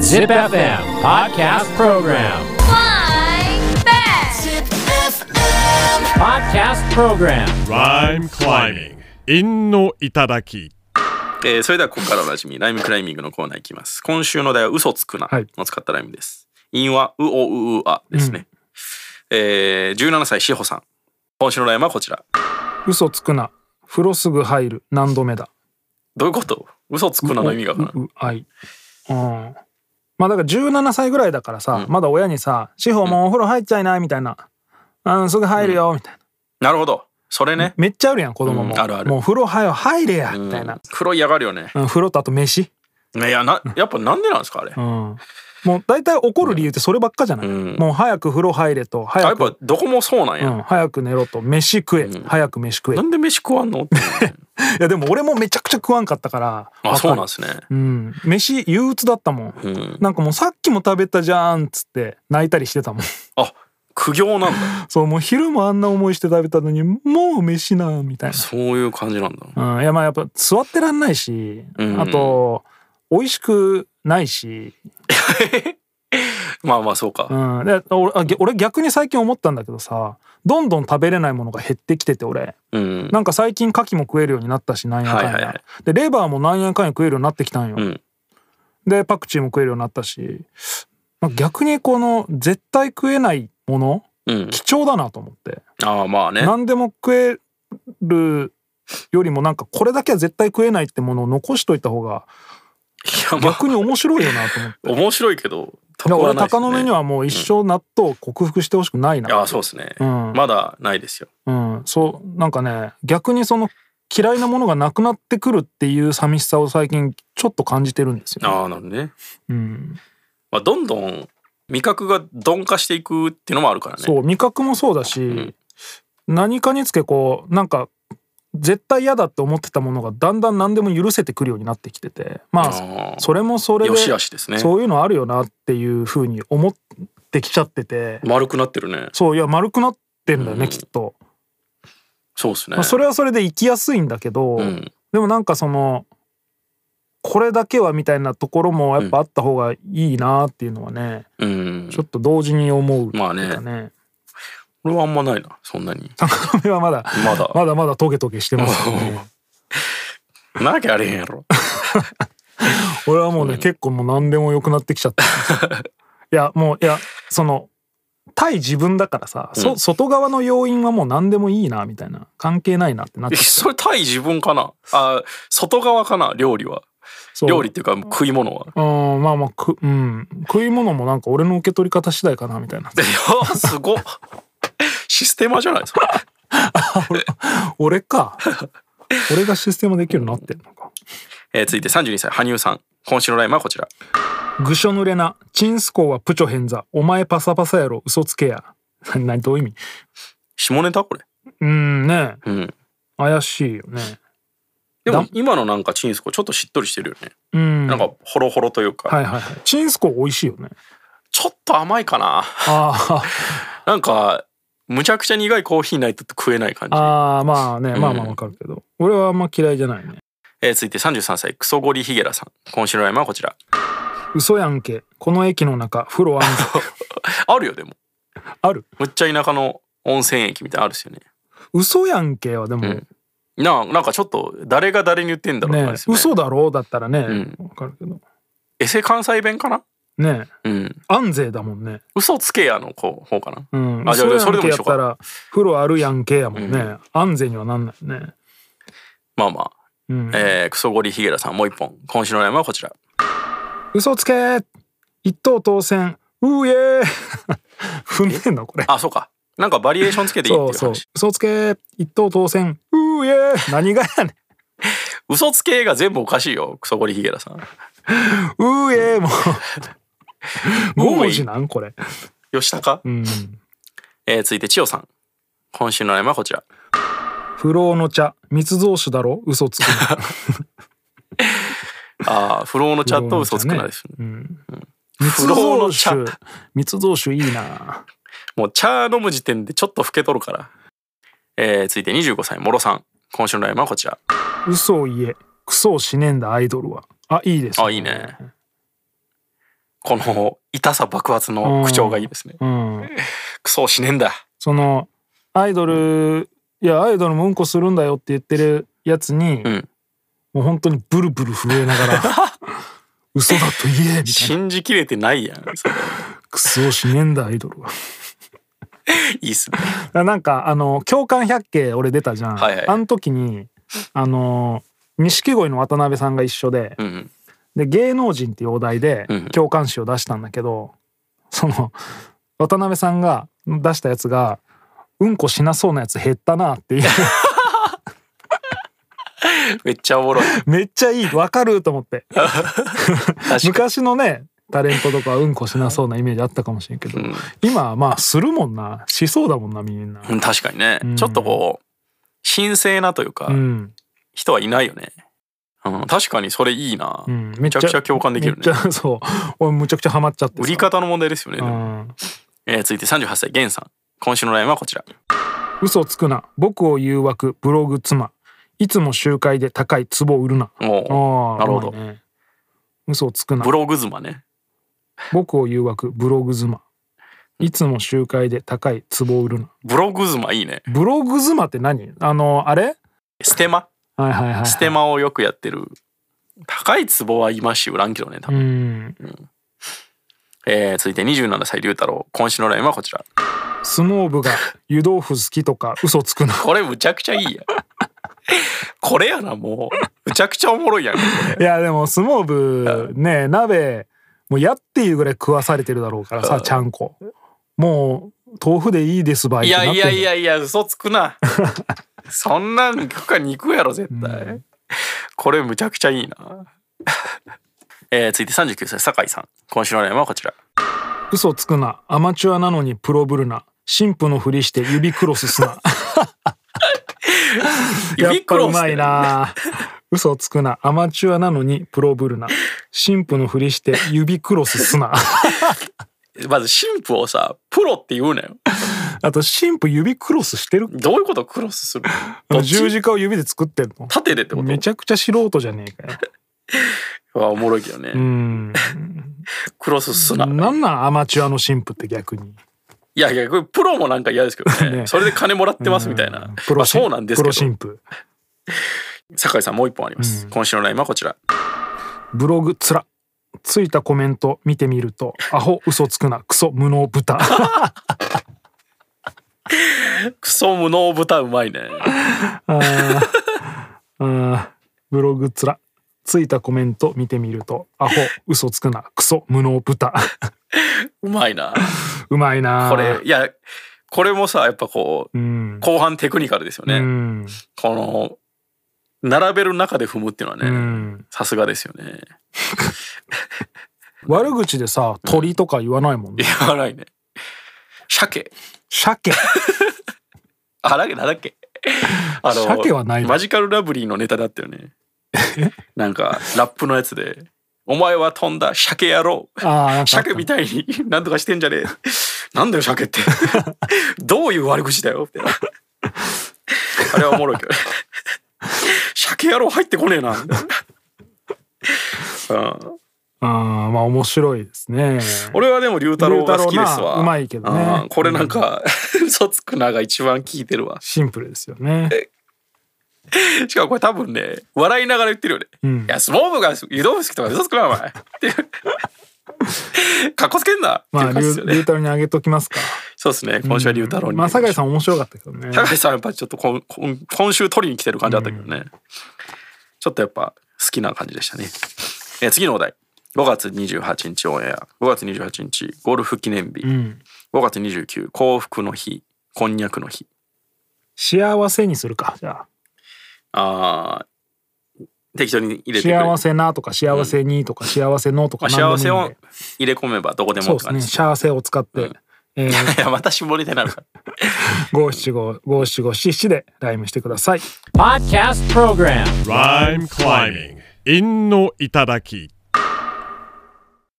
Zip FM Podcast Program. Flying back. Podcast Program. Rhyme climbing. 陰の頂き。えーそれではここからおなじみライムクライミングのコーナーいきます今週の題は「嘘つくな」はいを使ったライムです因は「うおううあ」ですね、えー17歳志保さん今週のライムはこちら嘘つくな風呂すぐ入る何度目だどういうこと嘘つくなの意味がわからうんううあいうんまあだから17歳ぐらいだからさ、まだ親にさ「志保もうお風呂入っちゃいない」みたいな「うんすぐ入るよ」みたいな、なるほどそれね、めっちゃあるやん子供も、うんあるあるもう風呂はよ入れやうんみたいな、黒いやがるよねうん、風呂とあと飯いやなやっぱなんでなんですかあれ、うんもう大体怒る理由ってそればっかじゃない、うんもう早く風呂入れとあや早っくぱどこもそうなんや、うん、早く寝ろと飯食え、うん早く飯食えないんで飯食わんのって やでも俺もめちゃくちゃ食わんかったからあそうなんすですねうん飯憂鬱だったもんうんなんかもうさっきも食べたじゃんっつって泣いたりしてたもん あ苦行なんだそうもう昼もあんな思いして食べたのにもう飯なみたいそういう感じなんだな、うん、いやまあやっぱ座ってらんないし、うんあと美味しくないし、まあまあそうか、うん、で俺あげ俺逆に最近思ったんだけどさどんどん食べれないものが減ってきてて俺うんなんか最近牡蠣も食えるようになったしなんやかんはや、いはいはいでレバーもなんやかんや食えるようになってきたんよ、うんでパクチーも食えるようになったし、まあ、逆にこの絶対食えないものうん貴重だなと思ってああまあね何でも食えるよりもなんかこれだけは絶対食えないってものを残しといた方がいやまあ逆に面白いよなと思っ て面白いけどだから俺高鷹の目にはもう一生納豆を克服してほしくないな、あそうですね、うんまだないですようん、そうなんかね逆にその嫌いなものがなくなってくるっていう寂しさを最近ちょっと感じてるんですよ、ねああなるほどね、うん、まあ、どんどん味覚が鈍化していくっていうのもあるからねそう味覚もそうだし、ん何かにつけこうなんか絶対嫌だって思ってたものがだんだん何でも許せてくるようになってきててまああーそれもそれでよし悪しですねそういうのあるよなっていうふうに思ってきちゃってて丸くなってるねそういや丸くなってんだよね、うんきっと、そうですね、まあ、それはそれで生きやすいんだけど、うんでもなんかそのこれだけはみたいなところもやっぱあった方がいいなっていうのはね、うんちょっと同時に思うまあねなんかね俺はあんまないなそんなに これはまだまだまだまだトゲトゲしてます よねなわけあれへんや ろ俺はもうね結構もう何でも良くなってきちゃ ったんですよいやもういやその対自分だからさ、そうん外側の要因はもう何でもいいなみたいな関係ないなってなっえてきてそれ対自分かなあ外側かな料理はそう料理っていうか食い物は うんまあまあく、うん、食い物もなんか俺の受け取り方次第かなみた いないやすごっシステマじゃないですか俺か俺がシステムできるようになってるのかえー続いて32歳羽生さん今週のライムはこちらぐしょ濡れなチンスコーはプチョヘンザお前パサパサやろ嘘つけや何どういう意味下ネタこれうんねうん怪しいよねでだもん今のなんかチンスコちょっとしっとりしてるよね、うんなんかホロホロというか、はいはいはいチンスコー美味しいよねちょっと甘いかな あなんかむちゃくちゃ苦いコーヒーないと食えない感あ、じ、ああ、まあね、まあまあうんわかるけど、俺はあんま嫌いじゃないね。えー続いて33歳クソゴリヒゲラさん今週のライムはこちら嘘やんけ、この駅の中、風呂あんぞあるよでもある。むっちゃ田舎の温泉駅みたいなのあるっすよね嘘やんけはでも、んななんかちょっと誰が誰に言ってんだろうってね感じですよね嘘だろうだったらね、わ、んかるけど。エセ関西弁かなねうん安西だもんね。嘘つけやのこう方かなうん。あじゃあそ嘘やれでんけもや一っ緒かたら、風呂あるやんけやもんね。うん安西にはなんないね。まあまあ、うん。えークソゴリヒゲラさんもう一本今週のライムはこちら嘘つけ一等当選うえー 踏んでんのこれ。あそうかなんかバリエーションつけていいっていうそう話そう。嘘つけ一等当選うえー何がやねん。嘘つけが全部おかしいよクソゴリヒゲラさんうえーもう。 もう5文字なんこれ。吉高、うん。えー、続いて千代さん今週のライムはこちら不老の茶、密造酒だろ嘘つくな。ああ不老の茶と嘘つくなです、ねうん。密 不老造の茶酒、密造酒いいな。もう茶飲む時点でちょっと老けとるから、えー、続いて25歳もろさん今週のライムはこちら嘘を言え、クソをしねえんだアイドルは。あいいです、あいいねこの痛さ爆発の口調がいいですね。うんクソしねえんだ。そのアイドルいやアイドルもうんこするんだよって言ってるやつに、うんもう本当にブルブル震えなが ら嘘だと言えみたいな信じきれてないやん。それクソしねえんだアイドルはいいっすね。なんかあの「共感百景」俺出たじゃん、はいはいあの時にあの錦鯉の渡辺さんが一緒で、うん。で芸能人っていうお題でうん共感詞を出したんだけど、その渡辺さんが出したやつが「うんこしなそうなやつ減ったな」 っていうめっちゃおもろい。めっちゃいいわかると思って確か昔のねタレントとかはうんこしなそうなイメージあったかもしれんけど、に。うん今はまあするもんなしそうだもんなみんな。うん確かにね、うんちょっとこう神聖なというか、うん人はいないよね、うん、確かにそれいいな、うん、めちゃくちゃ共感できるめっねちゃそう俺むちゃくちゃハマっちゃってさ売り方の問題ですよね、うでもんえー続いて38歳ゲンさん今週のラインはこちら嘘つくな僕を誘惑ブログ妻いつも集会で高い壺を売るなもあなあるほどうまいね嘘をつくうなブログ妻ね僕を誘惑ブログ妻いつも集会で高い壺を売るなブログ妻いいねブログ妻って何あのあれステマはいはいはいはいステマをよくやってる高い壺は今し売らんけどね多う分、んえー続いて27歳龍太郎今週のラインはこちら相撲部が湯豆腐好きとか嘘つくなこれむちゃくちゃい いやんこれやなもうむちゃくちゃおもろいやんこれいやでも相撲部ね鍋もうやっていうぐらい食わされてるだろうからうさんちゃんこもう豆腐でいいですばいいってなやってんいのやいやいや嘘つく なそんなん肉か肉やろ絶対、うんこれむちゃくちゃいいな えー、続いて39歳酒井さん今週のラインはこちら嘘つくなアマチュアなのにプロブルな神父のふりして指クロスすなや っ指クぱうロスまだいよな嘘つくなアマチュアなのにプロブルな神父のふりして指クロス すなまず神父をさプロって言うなよあと神父指クロスしてるどういうことクロスするのどっち十字架を指で作ってんの縦でってこめちゃくちゃ素人じゃねえかよとはおもろいけどね、うんクロスす ななんなんアマチュアの神父って逆にいやいやこれプロもなんか嫌ですけどね ねそれで金もらってますみたいな、うんプまロあ、そうなんですプけロど神父酒井さんもう一本あります、うん今週のラインはこちらブログつらついたコメント見てみ るとアホ嘘つくなクソ無能豚クソ無能豚うまいね あーあーブログつらついたコメント見てみるとアホ嘘つくなクソ無能豚うまいな うまいなあこれいやこれもさやっぱこうんう後半テクニカルですよね、うんこの並べる中で踏むっていうのうはねんさすがですよね悪口でさ鳥とか言わないもんね言わないね鮭鮭あらなんだっけあ鮭はないなマジカルラブリーのネタだったよねなんかラップのやつで「お前は飛んだ鮭野郎ああなんかあ っ鮭みたいに何とかしてんじゃねえ なんだよ鮭って どういう悪口だよみたいな あれはおもろいけどね 鮭野郎入ってこねえなみたいなうんたああまあ面白いですね俺はでも龍太郎が好きです龍太郎わなうまいけどねうんこれなんか 嘘つくなが一番効いてるわシンプルですよねしかもこれ多分ね笑いながら言ってるよねうんいや相撲部が湯豆腐好きとか嘘つくなお前って いうかっこつけんなってまいあう感龍じですよね、龍太郎にあげときますかそうですね今週は龍太郎に、まあ酒井さん面白かったけどね高橋さんはやっぱちょっとこんこん今週取りに来てる感じだったけどね、ちょっとやっぱ好きな感じでしたねえー次のお題5月28日オンエア5月28日ゴルフ記念日、うん5月29幸福の日こんにゃくの日幸せにするかじゃあー適当に入あれてくれ幸せなとか幸せにとか幸せのとまかあ、何でもいい幸んでせを入れ込めばどこでそもうってです感ね。じですシャーセを使って、うんえーいやまた絞り手なのか五七五五七五七七でライムしてください。 Podcast Program Rhyme climbing. 陰の頂き。